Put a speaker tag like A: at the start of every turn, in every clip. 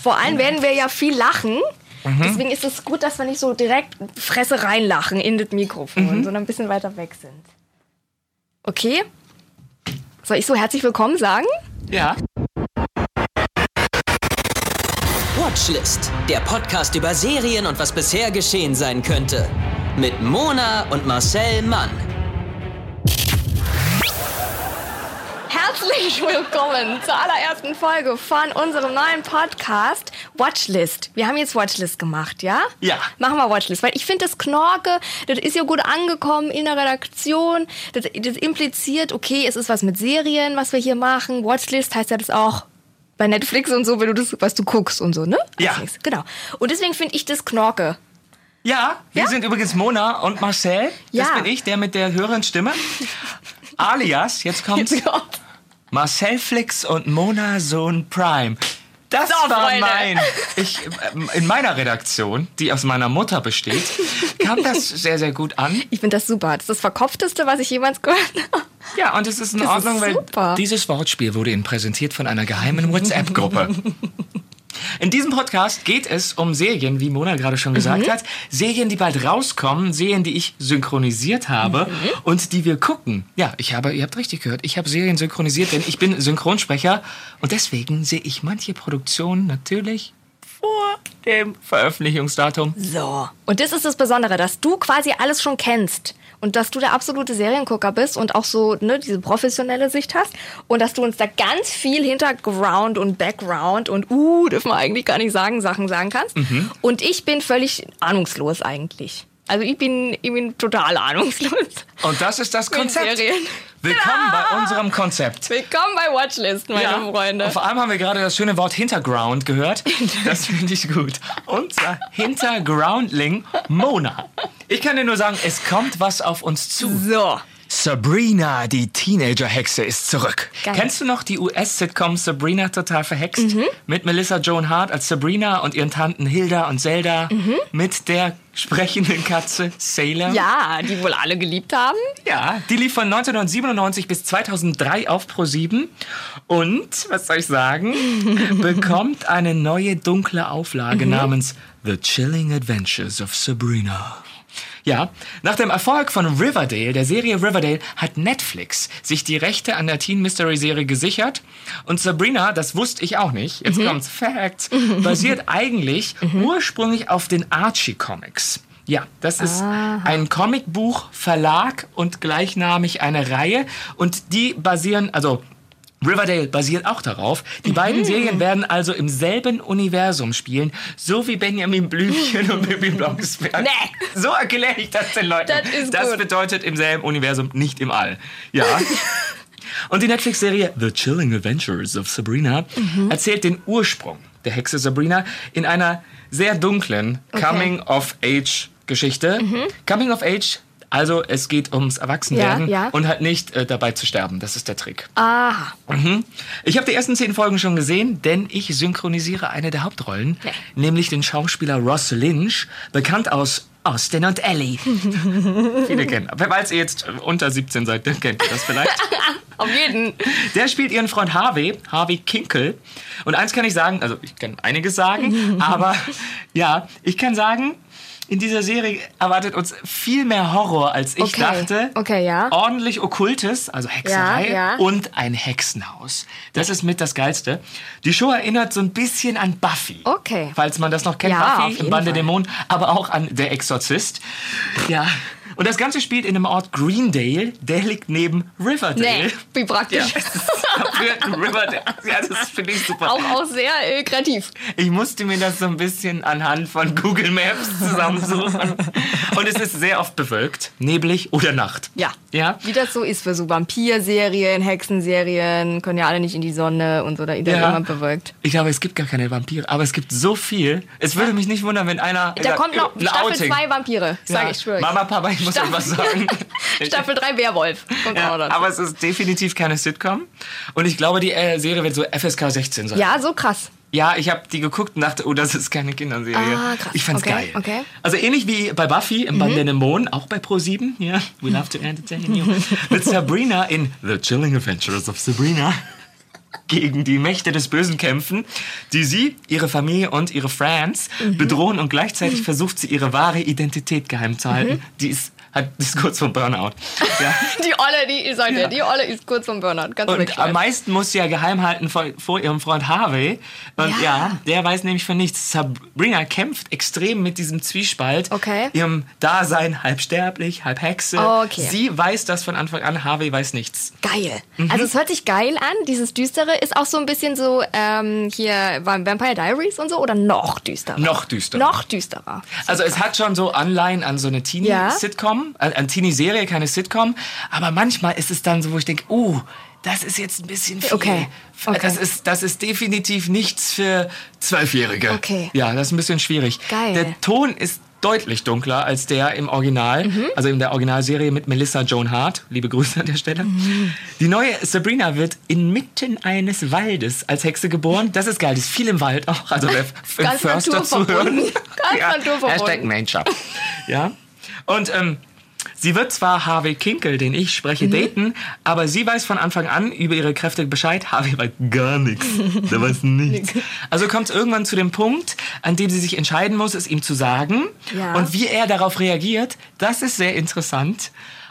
A: Vor allem werden wir ja viel lachen. Deswegen ist es gut, dass wir nicht so direkt Fresse reinlachen in das Mikrofon, sondern ein bisschen weiter weg sind. Okay. Soll ich so herzlich willkommen sagen?
B: Ja.
C: Watchlist, der Podcast über Serien und was bisher geschehen sein könnte. Mit Mona und Marcel Mann.
A: Herzlich willkommen zur allerersten Folge von unserem neuen Podcast Watchlist. Wir haben jetzt Watchlist gemacht, ja?
B: Ja.
A: Machen wir Watchlist, weil ich finde das Knorke, das ist ja gut angekommen in der Redaktion. Das, das impliziert, okay, es ist was mit Serien, was wir hier machen. Watchlist heißt ja das auch bei Netflix und so, wenn du das, was du guckst und so, ne?
B: Ja.
A: Als nächstes, Genau. Und deswegen finde ich das Knorke.
B: Ja, wir
A: Ja?
B: sind übrigens Mona und Marcel. Das
A: Ja.
B: bin ich, der mit der höheren Stimme. Alias, jetzt kommt's.
A: Jetzt kommt-
B: Marcel Flix und Mona Sohn Prime. Das
A: So,
B: war
A: Freunde.
B: mein. Ich, ähm, in meiner Redaktion, die aus meiner Mutter besteht, kam das sehr, sehr gut an.
A: Ich finde das super. Das ist das Verkopfteste, was ich jemals gehört habe.
B: Ja, und es ist in
A: Das ist
B: Ordnung, weil
A: super.
B: dieses Wortspiel wurde Ihnen präsentiert von einer geheimen WhatsApp-Gruppe. In diesem Podcast geht es um Serien, wie Mona gerade schon gesagt
A: Mhm.
B: hat. Serien, die bald rauskommen, Serien, die ich synchronisiert habe
A: Mhm.
B: und die wir gucken. Ja, ich habe, ihr habt richtig gehört, ich habe Serien synchronisiert, denn ich bin Synchronsprecher und deswegen sehe ich manche Produktionen natürlich vor dem Veröffentlichungsdatum.
A: So. Und das ist das Besondere, dass du quasi alles schon kennst. Und dass du der absolute Seriengucker bist und auch so ne, diese professionelle Sicht hast. Und dass du uns da ganz viel Hinterground und Background und, uh, dürfen wir eigentlich gar nicht sagen, Sachen sagen kannst.
B: Mhm.
A: Und ich bin völlig ahnungslos eigentlich. Also ich bin, ich bin total ahnungslos.
B: Und das ist das
A: Mit
B: Konzept.
A: Serien.
B: Willkommen bei unserem Konzept.
A: Willkommen bei Watchlist, meine
B: Und
A: Freunde.
B: vor allem haben wir gerade das schöne Wort Hinterground gehört. Das finde ich gut. Unser Hintergroundling Mona. Ich kann dir nur sagen, es kommt was auf uns zu.
A: So.
B: Sabrina, die Teenager-Hexe, ist zurück.
A: Geil. Mhm.
B: Kennst du noch die US-Sitcom Sabrina total verhext? Mit Melissa Joan Hart als Sabrina und ihren Tanten Hilda und Zelda. Mit der sprechenden Katze Sailor.
A: Mhm. Ja, die wohl alle geliebt haben.
B: Ja, die lief von 1997 bis 2003 auf Pro7 und, was soll ich sagen, bekommt eine neue dunkle Auflage namens The Chilling Adventures of Sabrina. Ja, nach dem Erfolg von Riverdale, der Serie Riverdale, hat Netflix sich die Rechte an der Teen Mystery Serie gesichert und Sabrina, das wusste ich auch nicht, jetzt kommt's Facts, basiert eigentlich ursprünglich auf den Archie Comics. Ja, das ist ein Comicbuch, Verlag und gleichnamig eine Reihe. Und die basieren, also Riverdale basiert auch darauf. Die
A: Mhm.
B: beiden Serien werden also im selben Universum spielen, so wie Benjamin Blümchen und Bibi Blocksberg.
A: Nee.
B: So erkläre ich das den Leuten.
A: Das ist
B: das
A: gut.
B: bedeutet im selben Universum, nicht im All. Ja. Und die Netflix-Serie The Chilling Adventures of Sabrina
A: Mhm.
B: erzählt den Ursprung der Hexe Sabrina in einer sehr dunklen Coming-of-Age-Geschichte.
A: Mhm.
B: Coming-of-Age, also es geht ums Erwachsenwerden
A: Ja, ja.
B: und halt nicht äh, dabei zu sterben. Das ist der Trick.
A: Aha.
B: Mhm. Ich habe die ersten zehn Folgen schon gesehen, denn ich synchronisiere eine der Hauptrollen,
A: Ja.
B: nämlich den Schauspieler Ross Lynch, bekannt aus Austin und Ellie. Viele kennen. Falls ihr jetzt unter 17 seid, dann kennt ihr das vielleicht.
A: Auf jeden.
B: Der spielt ihren Freund Harvey, Harvey Kinkel. Und eins kann ich sagen, also ich kann einiges sagen, aber ja, ich kann sagen, in dieser Serie erwartet uns viel mehr Horror, als ich
A: Okay,
B: dachte.
A: okay, ja.
B: Ordentlich Okkultes, also Hexerei
A: Ja, ja.
B: und ein Hexenhaus. Das ist mit das Geilste. Die Show erinnert so ein bisschen an Buffy.
A: Okay.
B: Falls man das noch kennt,
A: Ja, auf
B: Buffy,
A: jeden
B: im Band der
A: Fall.
B: Dämonen, aber auch an Der Exorzist. Ja. Und das Ganze spielt in dem Ort Greendale, der liegt neben Riverdale.
A: Nee, wie
B: Ja.
A: praktisch.
B: Für Riverdale. Ja, das finde ich super.
A: Auch, auch sehr äh, kreativ.
B: Ich musste mir das so ein bisschen anhand von Google Maps zusammensuchen. Und es ist sehr oft bewölkt, neblig oder Nacht.
A: Ja.
B: Ja.
A: Wie das so ist für so Vampirserien, Hexenserien, können ja alle nicht in die Sonne und so, da ist ja.
B: Ja.
A: immer bewölkt.
B: Ich glaube, es gibt gar keine Vampire, aber es gibt so viel. Es würde mich nicht wundern, wenn einer.
A: Da kommt noch
B: ein
A: Staffel
B: Outing.
A: 2 Vampire, sag
B: Ja.
A: ich, schwöre ich.
B: Mama, Papa, ich
A: Staffel-
B: muss
A: Oh,
B: etwas sagen.
A: Staffel 3 Werwolf. Kommt
B: Ja,
A: auch noch dazu.
B: aber es ist definitiv keine Sitcom. Und ich glaube, die äh, Serie wird so FSK 16 sein.
A: ja, so krass.
B: Ja, ich habe die geguckt und dachte, oh, das ist keine Kinderserie.
A: Ah, krass.
B: Ich fand's
A: Okay,
B: geil.
A: okay. Mhm.
B: Also ähnlich wie bei Buffy im Band der Dämonen, auch bei Pro7, ja, we love to entertain you. Mit Sabrina in The Chilling Adventures of Sabrina gegen die Mächte des Bösen kämpfen, die sie, ihre Familie und ihre Friends
A: Mhm.
B: bedrohen und gleichzeitig versucht sie, ihre wahre Identität geheim zu
A: Mhm.
B: halten. Die ist, hat, ist kurz vor Burnout. Ja.
A: Die Olle, die, sagt ja. die Olle ist kurz vom Burnout. Ganz
B: Und am
A: wegschreiben.
B: meisten muss sie ja geheim halten vor, vor ihrem Freund Harvey. Und ja.
A: Ja.
B: der weiß nämlich von nichts. Sabrina kämpft extrem mit diesem Zwiespalt.
A: Okay. Oh,
B: Ihrem Dasein halb sterblich, halb Hexe.
A: Okay.
B: Sie weiß das von Anfang an, Harvey weiß nichts.
A: Geil. Also es hört sich geil an. Dieses Düstere ist auch so ein bisschen so ähm, hier Vamp- Vampire Diaries und so oder noch düsterer.
B: Noch düsterer.
A: Noch düsterer.
B: Also es hat schon so Anleihen an so eine
A: Ja.
B: Teenie-Sitcom, an an Teenie-Serie, keine Sitcom. Aber manchmal ist es dann so, wo ich denke, oh, das ist jetzt ein bisschen viel.
A: Okay. Okay.
B: Das, ist, das ist definitiv nichts für Zwölfjährige.
A: Okay.
B: Ja, das ist ein bisschen schwierig.
A: Geil.
B: Der Ton ist deutlich dunkler als der im Original,
A: Mhm.
B: also in der Originalserie mit Melissa Joan Hart. Liebe Grüße an der Stelle.
A: Mhm.
B: Die neue Sabrina wird inmitten eines Waldes als Hexe geboren. Das ist geil, die ist viel im Wald auch. Also wer im
A: Ganz
B: Förster zu hören.
A: naturverbunden. Ganz naturverbunden.
B: Hashtag Nature. Ja. Und ähm, sie wird zwar Harvey Kinkel, den ich spreche,
A: Mhm.
B: daten, aber sie weiß von Anfang an über ihre Kräfte Bescheid. Harvey weiß gar nichts. Der weiß nichts. Also kommt es irgendwann zu dem Punkt, an dem sie sich entscheiden muss, es ihm zu sagen.
A: Ja.
B: Und wie er darauf reagiert, das ist sehr interessant.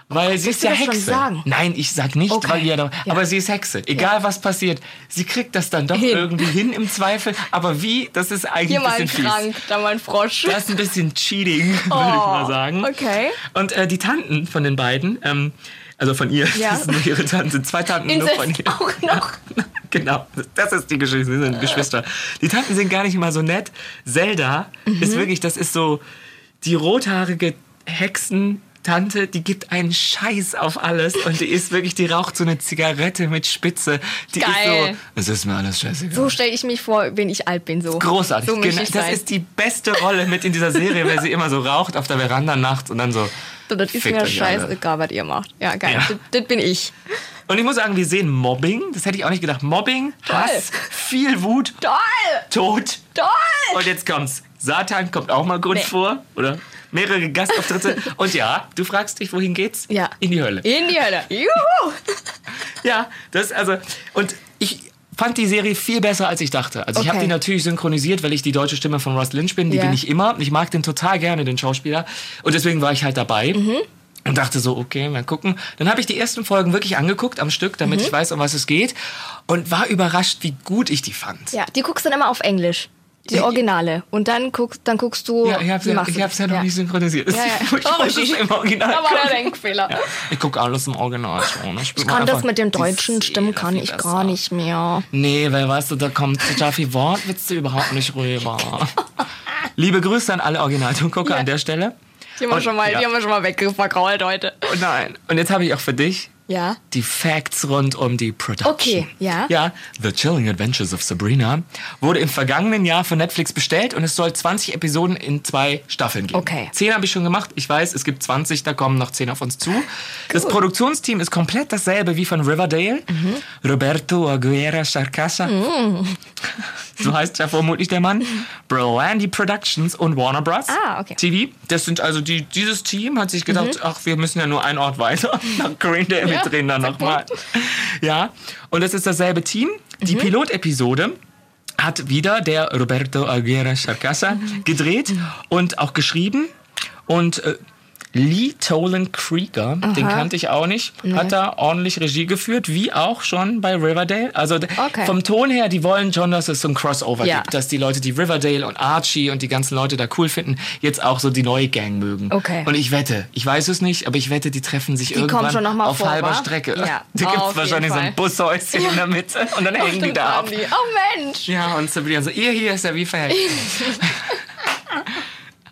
B: Weil sie ist
A: du
B: ja
A: das schon
B: Hexe.
A: sagen?
B: Nein, ich sag nicht,
A: Okay.
B: weil wir da,
A: Ja.
B: aber sie ist Hexe. Egal was passiert, sie kriegt das dann doch
A: Hin.
B: irgendwie hin im Zweifel. Aber wie, das ist eigentlich
A: Hier
B: ein
A: mal ein
B: bisschen fies.
A: Krank, da mal ein Frosch.
B: Das ist ein bisschen Cheating, würde ich mal sagen.
A: Oh, okay.
B: Und äh, die Tanten von den beiden, ähm, also von ihr,
A: Ja.
B: das sind nur ihre Tanten, sind zwei Tanten
A: Incest
B: nur von ihr.
A: auch noch.
B: genau, das ist die Geschichte, sie sind Geschwister. Die Tanten sind gar nicht mal so nett. Zelda ist
A: Mhm.
B: wirklich, das ist so die rothaarige Hexen. Tante, die gibt einen Scheiß auf alles und die ist wirklich, die raucht so eine Zigarette mit Spitze. Die
A: Geil.
B: ist so, es ist mir alles scheißegal.
A: So stelle ich mich vor, wenn ich alt bin. So.
B: Großartig.
A: So möchte
B: genau,
A: ich
B: das
A: sein.
B: ist die beste Rolle mit in dieser Serie, weil sie immer so raucht auf der Veranda nachts und dann so.
A: so, das ist
B: "Fickt
A: mir
B: euch alle."
A: scheißegal, was ihr macht. Ja, geil.
B: Ja.
A: Das, das bin ich.
B: Und ich muss sagen, wir sehen Mobbing. Das hätte ich auch nicht gedacht. Mobbing, Hass,
A: Toll.
B: viel Wut,
A: Toll!
B: Tod.
A: Toll!
B: Und jetzt kommt's. Satan kommt auch mal gut
A: Nee.
B: vor, oder? Mehrere Gastauftritte. Und ja, du fragst dich, wohin geht's?
A: Ja.
B: In die Hölle.
A: In die Hölle. Juhu!
B: Ja, das also und ich fand die Serie viel besser als ich dachte. Also ich habe
A: Okay.
B: die natürlich synchronisiert, weil ich die deutsche Stimme von Ross Lynch bin, die
A: Ja.
B: bin ich immer. Ich mag den total gerne den Schauspieler und deswegen war ich halt dabei.
A: Mhm.
B: Und dachte so, okay, mal gucken. Dann habe ich die ersten Folgen wirklich angeguckt am Stück, damit
A: Mhm.
B: ich weiß, um was es geht. Und war überrascht, wie gut ich die fand.
A: Ja, die guckst dann immer auf Englisch. Die Originale. Und dann guckst, dann guckst du.
B: Ja, ich hab's
A: wie
B: ja,
A: machst
B: ich
A: du
B: hab's
A: das?
B: ja noch nicht synchronisiert.
A: Ja, Oh, ja.
B: Ich muss es im Original
A: Da war der
B: gucken.
A: Denkfehler.
B: Ja, ich gucke alles im Original. schon. Ich,
A: Ich kann das mit dem deutschen Stimmen kann ich gar
B: nicht.
A: nicht mehr.
B: Nee, weil weißt du, da kommt total viel Wortwitze überhaupt nicht rüber. Liebe Grüße an alle Originaltongucker
A: Ja.
B: an der Stelle.
A: Die haben wir
B: Und-
A: schon mal,
B: ja.
A: die haben wir schon mal weggevergrault heute.
B: Oh nein. Und jetzt habe ich auch für dich
A: Ja.
B: die Facts rund um die Production.
A: Okay, ja.
B: Ja, The Chilling Adventures of Sabrina wurde im vergangenen Jahr von Netflix bestellt und es soll 20 Episoden in zwei Staffeln geben.
A: Okay.
B: Zehn habe ich schon gemacht. Ich weiß, es gibt 20, da kommen noch 10 auf uns zu. Das Produktionsteam ist komplett dasselbe wie von Riverdale.
A: Mhm.
B: Roberto Aguilera Sarcasa. So heißt ja vermutlich der Mann. Brolandy Productions und Warner Bros.
A: Mhm. Ah, okay. Mhm.
B: TV. Das sind also die, dieses Team hat sich gedacht, ach, wir müssen ja nur einen Ort weiter nach Greendale. Wir
A: Ja,
B: drehen dann
A: zack,
B: nochmal. Ja, und das ist dasselbe Team. Die
A: Mhm.
B: Pilotepisode hat wieder der Roberto Aguirre Sarcasa
A: Mhm.
B: gedreht und auch geschrieben. Und äh, Lee Tolan Krieger, den kannte ich auch nicht, hat da ordentlich Regie geführt, wie auch schon bei Riverdale. Also d-
A: Okay.
B: vom Ton her, die wollen schon, dass es so ein Crossover
A: Ja.
B: gibt, dass die Leute, die Riverdale und Archie und die ganzen Leute da cool finden, jetzt auch so die neue Gang mögen.
A: Okay.
B: Und ich wette, ich weiß es nicht, aber ich wette, die treffen sich
A: kommen
B: irgendwann
A: schon noch mal
B: auf
A: vor,
B: halber
A: wa?
B: Strecke.
A: Ja.
B: Da
A: Auf
B: gibt es
A: jeden
B: wahrscheinlich so ein
A: Fall.
B: Bushäuschen in der Mitte und dann hängen die
A: Stimmt,
B: da ab.
A: Andi. Oh Mensch!
B: Ja, und Sabrina so, ihr hier ist ja wie verhext.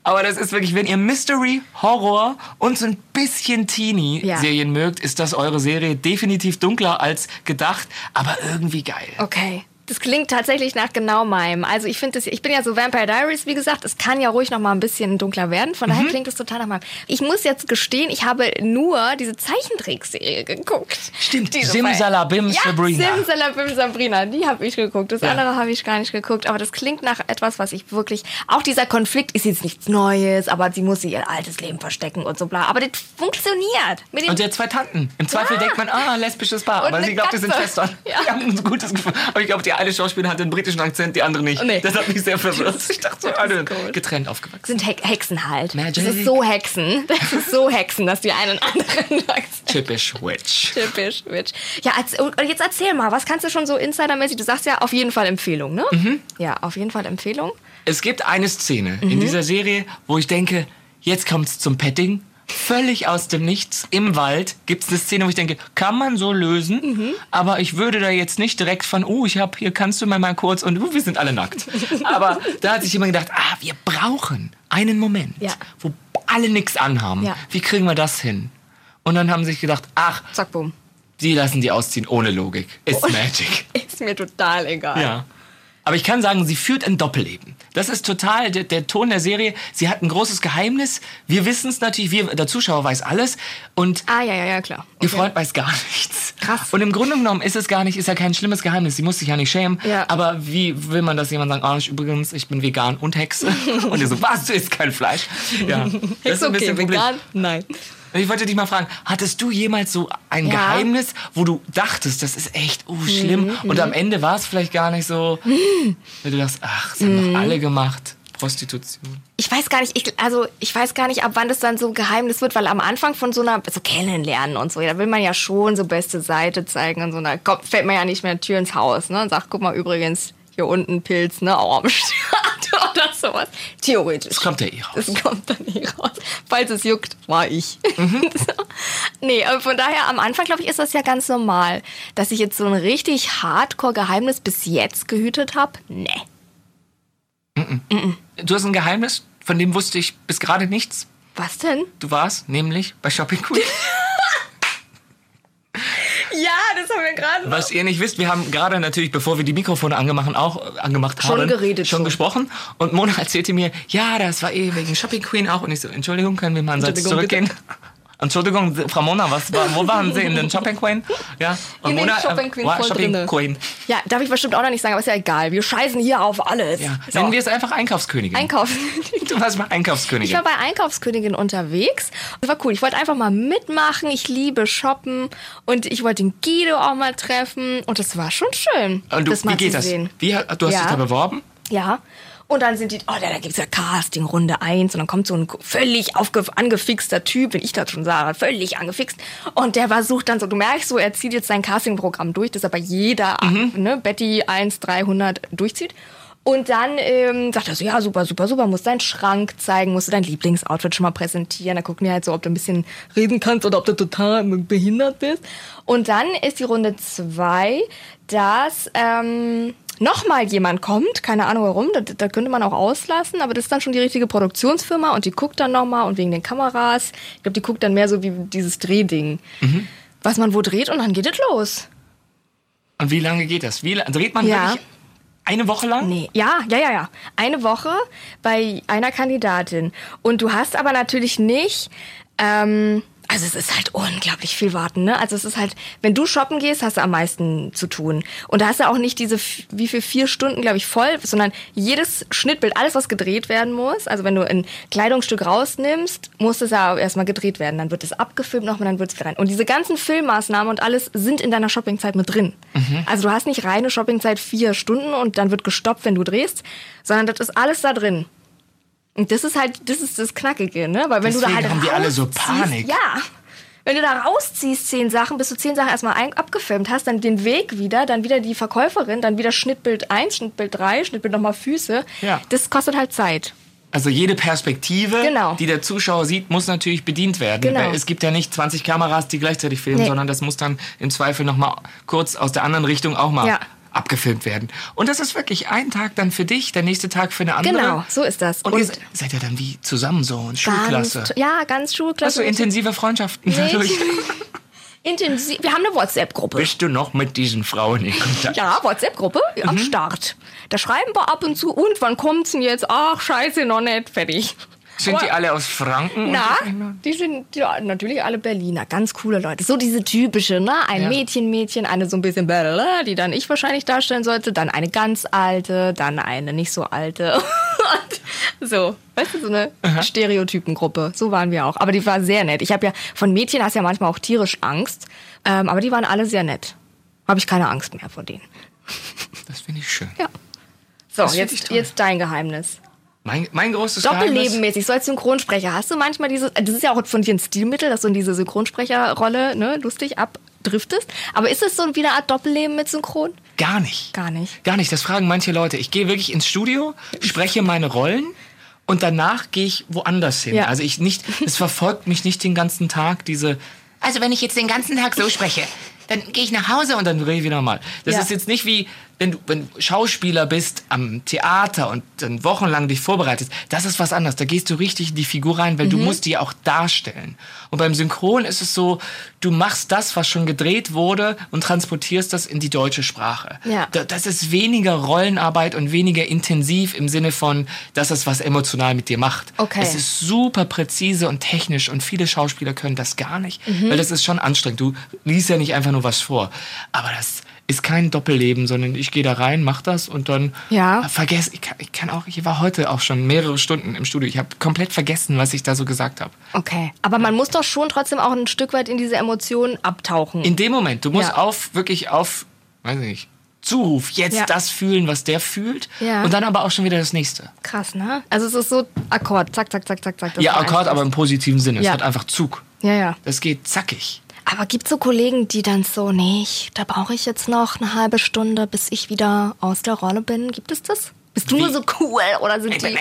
B: Aber das ist wirklich, wenn ihr Mystery, Horror und so ein bisschen
A: Ja.
B: Teenie-Serien mögt, ist das eure Serie definitiv dunkler als gedacht, aber irgendwie geil.
A: Okay. Das klingt tatsächlich nach genau meinem. Also ich finde es, ich bin ja so Vampire Diaries, wie gesagt, es kann ja ruhig noch mal ein bisschen dunkler werden. Von
B: Mhm.
A: daher klingt es total nach meinem. Ich muss jetzt gestehen, ich habe nur diese Zeichentrickserie geguckt.
B: Stimmt,
A: Diese
B: Simsalabim
A: ja,
B: Sabrina.
A: Simsalabim Sabrina, die habe ich geguckt. Das
B: Ja.
A: andere habe ich gar nicht geguckt. Aber das klingt nach etwas, was ich wirklich. Auch dieser Konflikt ist jetzt nichts Neues, aber sie muss ihr altes Leben verstecken und so bla. Aber das funktioniert. Mit dem
B: Und sie hat zwei Tanten. Im Zweifel
A: Ja.
B: denkt man, ah, lesbisches Paar.
A: Und
B: Aber
A: eine
B: sie glaubt, die sind
A: Katze.
B: Schwestern.
A: Ja.
B: Die haben ein gutes Gefühl. Aber ich glaube, die eine Schauspielerin hat einen britischen Akzent, die andere nicht.
A: Nee.
B: Das hat mich sehr verwirrt. Ich dachte so,
A: das ist
B: alle
A: gut.
B: getrennt aufgewachsen.
A: sind Hex- Hexen halt.
B: Magic.
A: Das ist so Hexen. Das ist so Hexen, dass die einen anderen Lachs.
B: Typisch Witch.
A: Typisch, Witch. Ja, als, und jetzt erzähl mal, was kannst du schon so insidermäßig? Du sagst ja auf jeden Fall Empfehlung, ne?
B: Mhm.
A: Ja, auf jeden Fall Empfehlung.
B: Es gibt eine Szene
A: Mhm.
B: in dieser Serie, wo ich denke, jetzt kommt's zum Petting. Völlig aus dem Nichts im Wald gibt's eine Szene, wo ich denke, kann man so lösen,
A: Mhm.
B: aber ich würde da jetzt nicht direkt von, oh, ich hab hier, kannst du mir mal kurz und uh, wir sind alle nackt. aber da hat sich jemand gedacht, ah, wir brauchen einen Moment,
A: Ja.
B: wo alle nichts anhaben.
A: Ja.
B: Wie kriegen wir das hin? Und dann haben sie sich gedacht, ach,
A: Zack, boom.
B: die lassen die ausziehen ohne Logik. It's
A: Oh.
B: magic.
A: Ist mir total egal.
B: Ja. Aber ich kann sagen, sie führt ein Doppelleben. Das ist total der, der Ton der Serie. Sie hat ein großes Geheimnis. Wir wissen es natürlich, wir, der Zuschauer weiß alles. Und
A: Ah, ja, ja, ja, klar.
B: ihr Freund weiß gar nichts.
A: Krass.
B: Und im Grunde genommen ist es gar nicht, ist ja kein schlimmes Geheimnis. Sie muss sich ja nicht schämen.
A: Ja.
B: Aber wie will man das jemand sagen? Ah, ich, übrigens, ich bin vegan und Hexe. und ihr so, was, du isst kein Fleisch? Ja. Das
A: Ist okay,
B: ein Problem.
A: vegan? Nein.
B: Ich wollte dich mal fragen, hattest du jemals so ein
A: Ja.
B: Geheimnis, wo du dachtest, das ist echt oh, schlimm
A: Mhm,
B: und am Ende war es vielleicht gar nicht so, weil du dachtest, ach, das haben
A: Mhm.
B: doch alle gemacht, Prostitution.
A: Ich weiß gar nicht, ich, also ich weiß gar nicht, ab wann das dann so Geheimnis wird, weil am Anfang von so einer, so kennenlernen und so, da will man ja schon so beste Seite zeigen und so, da kommt, fällt man ja nicht mehr Tür ins Haus, ne, und sagt, guck mal, übrigens, hier unten Pilz, ne, auch am Start oder sowas. Theoretisch.
B: Das kommt ja eh raus.
A: Es kommt dann nie raus. Falls es juckt, war ich. so. Nee, aber von daher, am Anfang, glaube ich, ist das ja ganz normal. Dass ich jetzt so ein richtig Hardcore-Geheimnis bis jetzt gehütet habe, nee.
B: Du hast ein Geheimnis, von dem wusste ich bis gerade nichts.
A: Was denn?
B: Du warst nämlich bei Shopping Queen.
A: Ja, das haben wir gerade.
B: Was ihr nicht wisst, wir haben gerade natürlich, bevor wir die Mikrofone angemacht, auch äh, angemacht
A: Schon
B: haben,
A: geredet,
B: schon
A: schon.
B: gesprochen. Und Mona erzählte mir, ja, das war eh wegen Shopping Queen auch. Und ich so, Entschuldigung, können wir mal einen Satz
A: Entschuldigung,
B: zurückgehen? Entschuldigung, Frau Mona, was, war- wo waren Sie in den Shopping Queen? Ja,
A: In den
B: Mona, äh,
A: Shopping Queen
B: war
A: voll
B: Shopping
A: drinne.
B: Queen.
A: Ja, darf ich bestimmt auch noch nicht sagen, aber ist ja egal. Wir scheißen hier auf alles.
B: Ja.
A: So.
B: Nennen wir es einfach Einkaufskönigin.
A: Einkaufen.
B: du warst mal Einkaufskönigin.
A: Ich war bei Einkaufskönigin unterwegs. Das war cool. Ich wollte einfach mal mitmachen. Ich liebe Shoppen. Und ich wollte den Guido auch mal treffen. Und das war schon schön.
B: und du,
A: das mal
B: wie geht
A: zu
B: das?
A: Sehen.
B: Wie, hat- du hast
A: Ja.
B: dich da beworben?
A: Ja. Und dann sind die, oh, da, da gibt's ja Casting, Runde 1. Und dann kommt so ein völlig aufge, angefixter Typ, wenn ich das schon sah, völlig angefixt. Und der versucht dann so, du merkst so, er zieht jetzt sein Castingprogramm durch, das aber jeder, ne, Betty 1, 300 durchzieht. Und dann ähm, sagt er so, ja, super, super, super, musst deinen Schrank zeigen, musst du dein Lieblingsoutfit schon mal präsentieren. Da gucken die halt so, ob du ein bisschen reden kannst oder ob du total behindert bist. Und dann ist die Runde 2, dass... Ähm, nochmal jemand kommt, keine Ahnung warum, da, da könnte man auch auslassen, aber das ist dann schon die richtige Produktionsfirma und die guckt dann nochmal und wegen den Kameras. Ich glaube, die guckt dann mehr so wie dieses Drehding, was man wo dreht und dann geht es los.
B: Und wie lange geht das? Wie, la- dreht man
A: Ja.
B: wirklich eine Woche lang?
A: Nee. Ja, ja, ja, ja. Eine Woche bei einer Kandidatin. Und du hast aber natürlich nicht. Ähm, also es ist halt unglaublich viel warten, ne? Also es ist halt, wenn du shoppen gehst, hast du am meisten zu tun. Und da hast du auch nicht diese, f- wie viel, vier Stunden, glaube ich, voll, sondern jedes Schnittbild, alles, was gedreht werden muss. Also wenn du ein Kleidungsstück rausnimmst, muss es ja erstmal gedreht werden. Dann wird es abgefilmt nochmal, dann wird es wieder rein. Und diese ganzen Filmmaßnahmen und alles sind in deiner Shoppingzeit mit drin.
B: Mhm.
A: Also du hast nicht reine Shoppingzeit vier Stunden und dann wird gestoppt, wenn du drehst, sondern das ist alles da drin. Und das ist halt, das ist das Knackige, ne? Weil wenn du da
B: Deswegen
A: halt
B: haben die alle so
A: rausziehst-
B: Panik.
A: Ja. Wenn du da rausziehst, zehn Sachen, bis du zehn Sachen erstmal ein, abgefilmt hast, dann den Weg wieder, dann wieder die Verkäuferin, dann wieder Schnittbild 1, Schnittbild 3, Schnittbild nochmal Füße.
B: Ja.
A: Das kostet halt Zeit.
B: Also jede Perspektive,
A: Genau.
B: die der Zuschauer sieht, muss natürlich bedient werden.
A: Genau.
B: Weil es gibt ja nicht 20 Kameras, die gleichzeitig filmen,
A: Nee.
B: sondern das muss dann im Zweifel nochmal kurz aus der anderen Richtung auch mal
A: Ja.
B: abgefilmt werden. Und das ist wirklich ein Tag dann für dich, der nächste Tag für eine andere.
A: Genau, so ist das.
B: Mhm. Und, ihr se- seid ja dann wie zusammen so in Schulklasse.
A: Ganz,
B: Also
A: ja, ganz Schulklasse.
B: Hast du intensive Freundschaften
A: Nee.
B: dadurch?
A: intensiv. Wir haben eine WhatsApp-Gruppe.
B: Bist du noch mit diesen Frauen in Kontakt?
A: Ja, WhatsApp-Gruppe
B: Mhm.
A: am Start. Da schreiben wir ab und zu. Und wann kommt's denn jetzt? Ach, scheiße, noch nicht. Fertig.
B: Sind die
A: Aber-
B: alle aus Franken?
A: Na, die sind ja, natürlich alle Berliner, ganz coole Leute. So diese typische, ne? Ein
B: Ja.
A: Mädchen, Mädchen, eine so ein bisschen, blablabla, die dann ich wahrscheinlich darstellen sollte, dann eine ganz alte, dann eine nicht so alte. Und so, weißt du, so eine Stereotypengruppe. So waren wir auch. Aber die war sehr nett. Ich habe ja, von Mädchen hast du ja manchmal auch tierisch Angst, ähm, aber die waren alle sehr nett. Habe ich keine Angst mehr vor denen.
B: Das finde ich schön.
A: Ja. So,
B: Das find ich
A: jetzt,
B: toll.
A: jetzt dein Geheimnis.
B: Mein, mein großes Geheimnis.
A: Doppellebenmäßig, so als Synchronsprecher. Hast du manchmal diese, das ist ja auch von dir ein Stilmittel, dass du in diese Synchronsprecherrolle ne, lustig abdriftest. Aber ist es so wie eine Art Doppelleben mit Synchron?
B: Gar nicht.
A: Gar nicht.
B: Gar nicht. Das fragen manche Leute. Ich gehe wirklich ins Studio, spreche meine Rollen und danach gehe ich woanders hin.
A: Ja.
B: Also ich nicht, es verfolgt mich nicht den ganzen Tag, diese. Also wenn ich jetzt den ganzen Tag so spreche, dann gehe ich nach Hause und dann rede ich wieder mal. Das
A: Ja.
B: ist jetzt nicht wie, wenn du, wenn du Schauspieler bist am Theater und dann wochenlang dich vorbereitest. Das ist was anderes. Da gehst du richtig in die Figur rein, weil du musst die auch darstellen. Und beim Synchron ist es so, du machst das, was schon gedreht wurde und transportierst das in die deutsche Sprache.
A: Ja.
B: Da, das ist weniger Rollenarbeit und weniger intensiv im Sinne von, dass es was emotional mit dir macht.
A: Okay.
B: Es ist super präzise und technisch und viele Schauspieler können das gar nicht,
A: Mhm.
B: weil das ist schon anstrengend. Du liest ja nicht einfach nur was vor. Aber das ist kein Doppelleben, sondern ich gehe da rein, mach das und dann
A: Ja.
B: vergesse ich kann, ich kann auch ich war heute auch schon mehrere Stunden im Studio. Ich habe komplett vergessen, was ich da so gesagt habe.
A: Okay. Aber man muss doch schon trotzdem auch ein Stück weit in diese Emotionen abtauchen.
B: In dem Moment, du musst
A: Ja.
B: auf, wirklich auf, weiß ich nicht, Zuruf, jetzt
A: Ja.
B: das fühlen, was der fühlt.
A: Ja.
B: Und dann aber auch schon wieder das nächste.
A: Krass, ne? Also es ist so Akkord, zack, zack, zack, zack, zack. das
B: ja,
A: war
B: Akkord,
A: einfach-
B: aber im positiven Sinne. Es
A: Ja.
B: hat einfach Zug.
A: Ja, ja.
B: Das geht zackig.
A: Aber gibt so Kollegen, die dann so, nee, ich, da brauche ich jetzt noch eine halbe Stunde, bis ich wieder aus der Rolle bin. Gibt es das? Bist du
B: Wie?
A: nur so cool oder sind die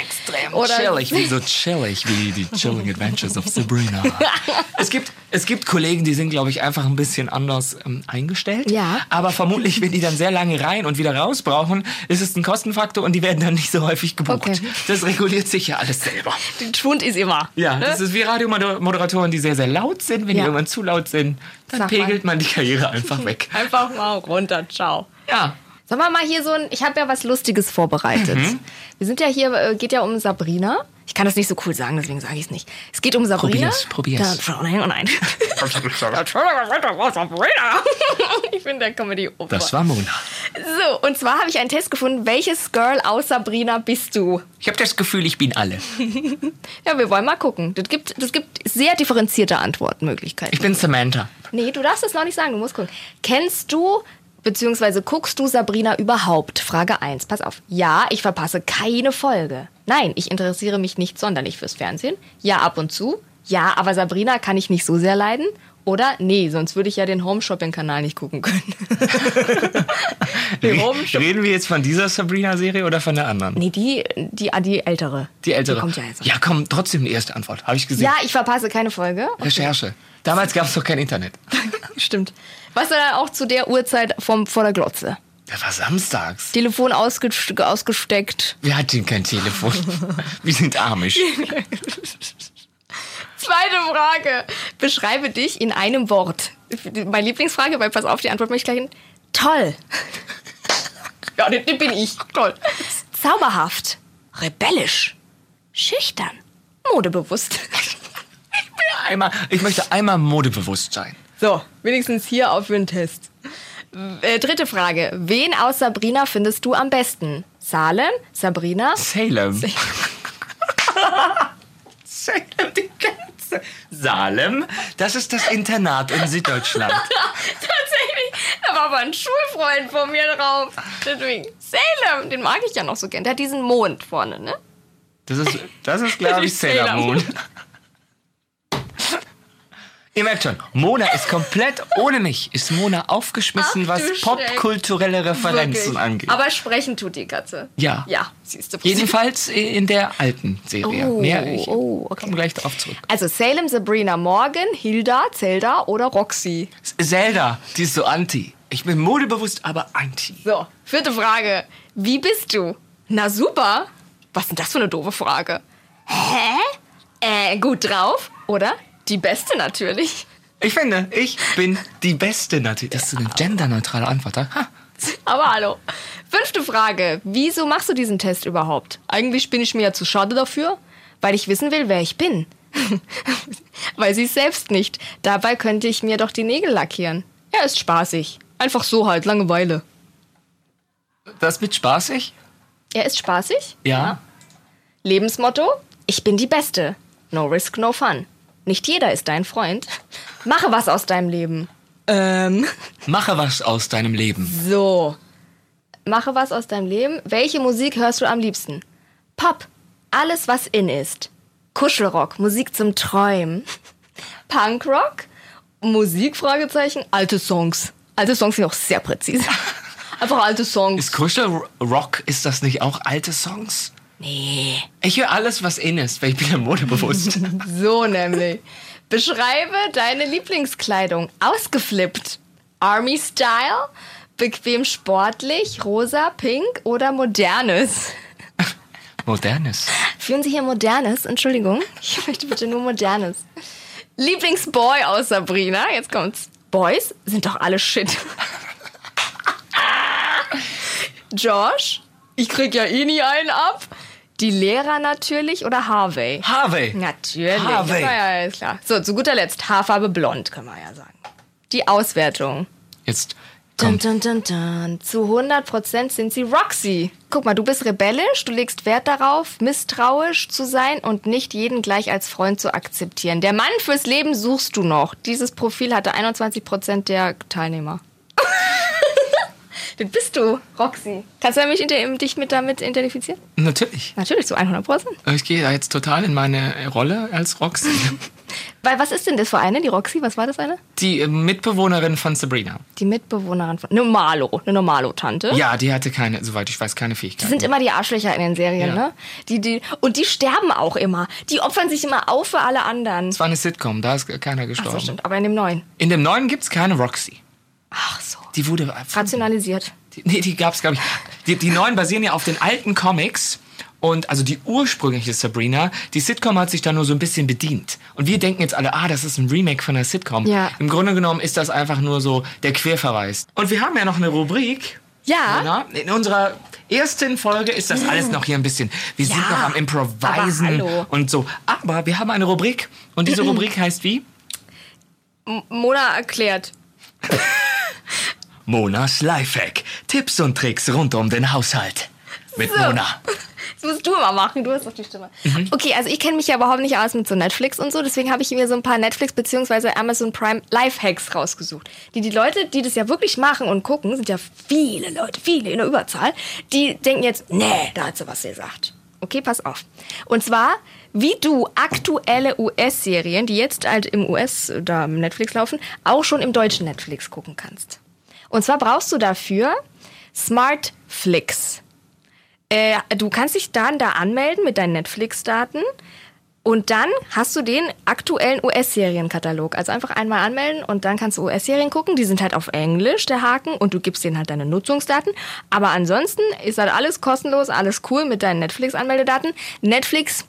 A: oder
B: chillig, wie so chillig wie die Chilling Adventures of Sabrina. es, gibt, es gibt Kollegen, die sind, glaube ich, einfach ein bisschen anders ähm, eingestellt.
A: Ja.
B: Aber vermutlich, wenn die dann sehr lange rein und wieder raus brauchen, ist es ein Kostenfaktor und die werden dann nicht so häufig gebucht.
A: Okay.
B: Das reguliert sich ja alles selber.
A: Den Schwund ist immer.
B: Ja,
A: Ne?
B: das ist wie Radiomoderatoren, die sehr, sehr laut sind. Wenn die
A: Ja.
B: irgendwann zu laut sind, dann
A: Sag mal.
B: pegelt man die Karriere einfach weg.
A: Einfach mal runter, ciao.
B: Ja.
A: Sollen wir mal hier so ein, ich habe ja was Lustiges vorbereitet.
B: Mhm.
A: Wir sind ja hier, äh, geht ja um Sabrina. Ich kann das nicht so cool sagen, deswegen sage ich es nicht. Es geht um Sabrina.
B: Probier's, probier's.
A: Da, oh nein, oh nein. Sabrina. Ich bin der comedy -Opfer.
B: war Mona.
A: So, und zwar habe ich einen Test gefunden, welches Girl aus Sabrina bist du?
B: Ich habe das Gefühl, ich bin alle.
A: Ja, wir wollen mal gucken. Das gibt, das gibt sehr differenzierte
B: Ich
A: Antwortmöglichkeiten.
B: bin Samantha.
A: Nee, du darfst es noch nicht sagen, du musst gucken. Kennst du bzw. guckst du Sabrina überhaupt? Frage 1. Pass auf. Ja, ich verpasse keine Folge. Nein, ich interessiere mich nicht sonderlich fürs Fernsehen. Ja, ab und zu. Ja, aber Sabrina kann ich nicht so sehr leiden. Oder nee, sonst würde ich ja den Home Shopping Kanal nicht gucken können. Warum?
B: Reden wir jetzt von dieser Sabrina-Serie oder von der anderen?
A: Nee, die, die, ah, die ältere.
B: Die ältere.
A: Die kommt ja jetzt.
B: ja, komm, trotzdem die erste Antwort. Habe ich gesehen.
A: Ja, ich verpasse keine Folge.
B: Recherche. Damals gab es noch kein Internet.
A: Stimmt. Was war dann auch zu der Uhrzeit vom, vor der Glotze?
B: Das war samstags.
A: Telefon ausge, ausgesteckt.
B: Wir hatten kein Telefon. Wir sind armisch.
A: Zweite Frage. Beschreibe dich in einem Wort. Meine Lieblingsfrage, weil pass auf, die Antwort möchte ich gleich hin. Toll. ja, das bin ich. Toll. Zauberhaft. Rebellisch. Schüchtern. Modebewusst.
B: Einmal, ich möchte einmal modebewusst sein.
A: So, wenigstens hier auf für den Test. Äh, dritte Frage. Wen aus Sabrina findest du am besten? Salem, Sabrina,
B: Salem. Salem, die ganze. Salem, das ist das Internat in Süddeutschland.
A: Tatsächlich, da war aber ein Schulfreund von mir drauf. Deswegen, Salem, den mag ich ja noch so gern. Der hat diesen Mond vorne, ne?
B: Das ist, das ist glaube
A: Das
B: ich,
A: ist Sailor
B: Sailor Moon. Ihr merkt schon, Mona ist komplett ohne mich. Ist Mona aufgeschmissen,
A: Ach,
B: was
A: du Schreck.
B: popkulturelle Referenzen
A: Wirklich.
B: angeht.
A: Aber sprechen tut die Katze.
B: Ja.
A: Ja, siehst du.
B: Jedenfalls in der alten Serie.
A: Oh,
B: Mehr, ich
A: oh, okay.
B: komme gleich darauf zurück.
A: Also Salem, Sabrina, Morgan, Hilda, Zelda oder Roxy.
B: Zelda, die ist so anti. Ich bin modebewusst, aber anti.
A: So, vierte Frage. Wie bist du? Na super. Was ist denn das für eine doofe Frage? Hä? Äh, gut drauf, oder? Die beste natürlich.
B: Ich finde, ich bin die Beste natürlich. Das ist eine genderneutrale Antwort. da. Ha.
A: Aber hallo. Fünfte Frage. Wieso machst du diesen Test überhaupt? Eigentlich bin ich mir ja zu schade dafür, weil ich wissen will, wer ich bin. weil sie es selbst nicht. Dabei könnte ich mir doch die Nägel lackieren. Ja, ist spaßig. Einfach so halt, Langeweile.
B: Das wird spaßig?
A: Er ist spaßig?
B: Ja.
A: Lebensmotto? Ich bin die Beste. No risk, no fun. Nicht jeder ist dein Freund. Mache was aus deinem Leben. Ähm.
B: Mache was aus deinem Leben.
A: So. Mache was aus deinem Leben. Welche Musik hörst du am liebsten? Pop. Alles, was in ist. Kuschelrock. Musik zum Träumen. Punkrock. Musik? Fragezeichen. Alte Songs. Alte Songs sind auch sehr präzise. Einfach alte Songs.
B: Ist Kuschelrock, ist das nicht auch alte Songs?
A: Nee.
B: Ich höre alles, was in ist, weil ich bin ja modebewusst.
A: So nämlich. Beschreibe deine Lieblingskleidung. Ausgeflippt. Army Style, bequem sportlich, rosa, pink oder modernes.
B: Modernes.
A: Führen Sie hier modernes? Entschuldigung. Ich möchte bitte nur modernes. Lieblingsboy aus Sabrina. Jetzt kommt's. Boys sind doch alle shit. Josh, ich krieg ja eh nie einen ab. Die Lehrer natürlich oder Harvey?
B: Harvey.
A: Natürlich.
B: Harvey.
A: Ja, ja, ist klar. So, zu guter Letzt, Haarfarbe blond, kann man ja sagen. Die Auswertung.
B: Jetzt
A: Dun,
B: komm.
A: dun, dun, dun. Zu 100% sind sie Roxy. Guck mal, du bist rebellisch, du legst Wert darauf, misstrauisch zu sein und nicht jeden gleich als Freund zu akzeptieren. Der Mann fürs Leben suchst du noch. Dieses Profil hatte 21% der Teilnehmer. Das bist du, Roxy. Kannst du mich inter- ähm, dich mit damit identifizieren?
B: Natürlich.
A: Natürlich, zu 100%.
B: Ich gehe da jetzt total in meine Rolle als Roxy.
A: Weil was ist denn das für eine, die Roxy? Was war das eine?
B: Die äh, Mitbewohnerin von Sabrina.
A: Die Mitbewohnerin von. Eine Marlo, eine Normalo-Tante.
B: Ja, die hatte keine, soweit ich weiß, keine
A: Die
B: Fähigkeiten.
A: sind immer die Arschlöcher in den Serien,
B: Ja.
A: ne? Die, die, und die sterben auch immer. Die opfern sich immer auf für alle anderen.
B: das war eine Sitcom, da ist keiner
A: Ach
B: gestorben.
A: so, stimmt. Aber in dem neuen.
B: in dem neuen gibt's keine Roxy.
A: Ach so.
B: Die wurde.
A: Rationalisiert.
B: Die, nee, die gab's, glaube ich. Die, die neuen basieren ja auf den alten Comics. Und also die ursprüngliche Sabrina, die Sitcom hat sich da nur so ein bisschen bedient. Und wir denken jetzt alle, ah, das ist ein Remake von der Sitcom.
A: Ja.
B: Im Grunde genommen ist das einfach nur so der Querverweis. Und wir haben ja noch eine Rubrik.
A: Ja.
B: Mona. In unserer ersten Folge ist das alles noch hier ein bisschen. Wir sind
A: Ja,
B: noch am Improvisen
A: aber hallo.
B: und so. Aber wir haben eine Rubrik und diese Rubrik heißt wie?
A: M Mona erklärt.
B: Monas Lifehack. Tipps und Tricks rund um den Haushalt. Mit
A: So.
B: Mona. Mhm.
A: Das musst du immer machen, du hast doch die Stimme. Okay, also ich kenne mich ja überhaupt nicht aus mit so Netflix und so, deswegen habe ich mir so ein paar Netflix bzw. Amazon Prime Lifehacks rausgesucht. Die, die Leute, die das ja wirklich machen und gucken, sind ja viele Leute, viele in der Überzahl, die denken jetzt, nee, da hat sie was gesagt. Okay, pass auf. Und zwar, wie du aktuelle US-Serien, die jetzt halt im US, da im Netflix laufen, auch schon im deutschen Netflix gucken kannst. Und zwar brauchst du dafür Smartflix. Äh, du kannst dich dann da anmelden mit deinen Netflix-Daten und dann hast du den aktuellen US-Serienkatalog. Also einfach einmal anmelden und dann kannst du US-Serien gucken. Die sind halt auf Englisch, der Haken, und du gibst denen halt deine Nutzungsdaten. Aber ansonsten ist halt alles kostenlos, alles cool mit deinen Netflix-Anmeldedaten. Netflix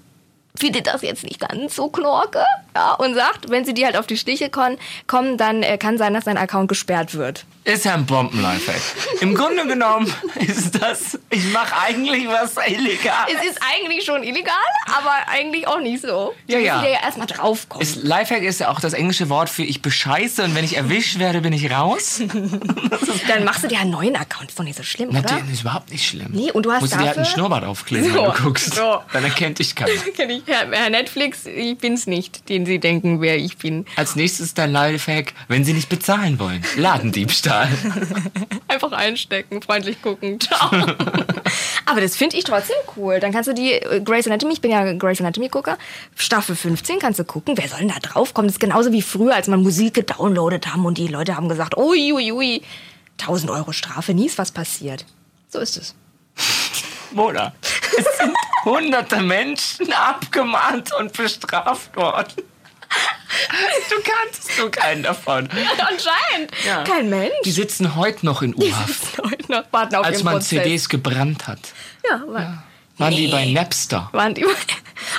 A: findet das jetzt nicht ganz so knorke ja, und sagt, wenn sie dir halt auf die Stiche kon- kommen, dann äh, kann sein, dass dein Account gesperrt wird.
B: Ist ja ein Bombenlifehack. Im Grunde genommen ist das, ich mache eigentlich was illegal.
A: Es ist eigentlich schon illegal, aber eigentlich auch nicht so. Du
B: Ja,
A: musst
B: ja.
A: wieder ja erstmal draufkommen.
B: Ist, Lifehack ist ja auch das englische Wort für ich bescheiße und wenn ich erwischt werde, bin ich raus.
A: Dann machst du dir einen neuen Account. Ist doch nicht so schlimm, oder?
B: Natürlich ist überhaupt nicht schlimm.
A: Nee, und du hast
B: Musst du dir halt einen
A: dafür-
B: Schnurrbart aufkleben,
A: So,
B: wenn du guckst.
A: so.
B: Dann erkennt dich keiner.
A: Kenn ich. Herr, Herr Netflix, ich bin's nicht, den Sie denken, wer ich bin.
B: Als nächstes dein Lifehack, wenn sie nicht bezahlen wollen. Ladendiebstahl.
A: Einfach einstecken, freundlich gucken. Ciao. Aber das finde ich trotzdem cool. Dann kannst du die äh, Grey's Anatomy, ich bin ja Grey's Anatomy-Gucker, Staffel 15 kannst du gucken. Wer soll denn da draufkommen? Das ist genauso wie früher, als man Musik gedownloadet haben und die Leute haben gesagt, ui, ui, ui, 1000 Euro Strafe, nie ist was passiert. So ist es.
B: Mona, es sind hunderte Menschen abgemahnt und bestraft worden. Du kanntest nur keinen davon.
A: Anscheinend. Kein Mensch.
B: Die sitzen heute noch in U-Haft.
A: Leute noch warten auf
B: als
A: ihren
B: man
A: Prozess.
B: CDs gebrannt hat.
A: Ja, war,
B: Waren die
A: Nee.
B: bei Napster?
A: waren die.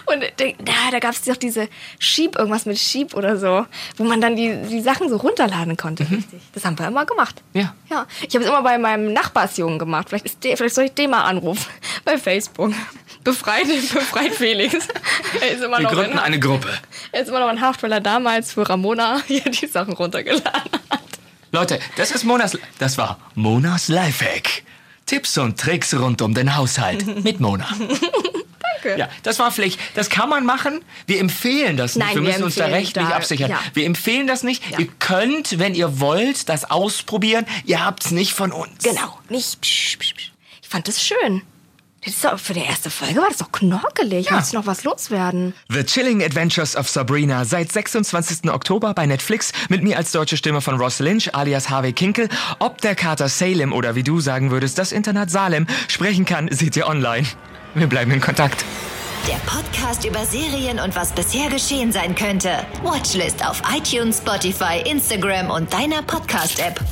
A: Und da, da gab es doch diese Sheep, irgendwas mit Sheep oder so, wo man dann die, die Sachen so runterladen konnte. Richtig. Das haben wir immer gemacht.
B: Mhm. Ja.
A: ja. Ich habe es immer bei meinem Nachbarsjungen gemacht. Vielleicht, ist der, vielleicht soll ich den mal anrufen. Bei Facebook. Befreit, befreit Felix. Er ist immer
B: Wir
A: noch
B: gründen
A: in,
B: eine Gruppe.
A: er ist immer noch in Haft, weil er damals für Ramona hier die Sachen runtergeladen hat.
B: Leute, das ist Monas. Das war Monas Lifehack. Tipps und Tricks rund um den Haushalt mit Mona. Danke. Ja, das war Pflicht. Das kann man machen. Wir empfehlen das nicht.
A: Nein,
B: wir
A: wir
B: müssen uns da
A: empfehlen
B: rechtlich
A: da-
B: absichern.
A: ja.
B: Wir empfehlen das nicht.
A: Ja.
B: Ihr könnt, wenn ihr wollt, das ausprobieren. Ihr habt's nicht von uns.
A: Genau, nicht. Psch, psch, psch. Ich fand das schön. Das ist doch, für die erste Folge war das doch knorkelig.
B: Ja.
A: Muss noch was loswerden.
B: The Chilling Adventures of Sabrina, seit 26. Oktober bei Netflix, mit mir als deutsche Stimme von Ross Lynch alias Harvey Kinkel. Ob der Kater Salem oder wie du sagen würdest, das Internat Salem sprechen kann, seht ihr online. Wir bleiben in Kontakt.
D: Der Podcast über Serien und was bisher geschehen sein könnte. Watchlist auf iTunes, Spotify, Instagram und deiner Podcast-App.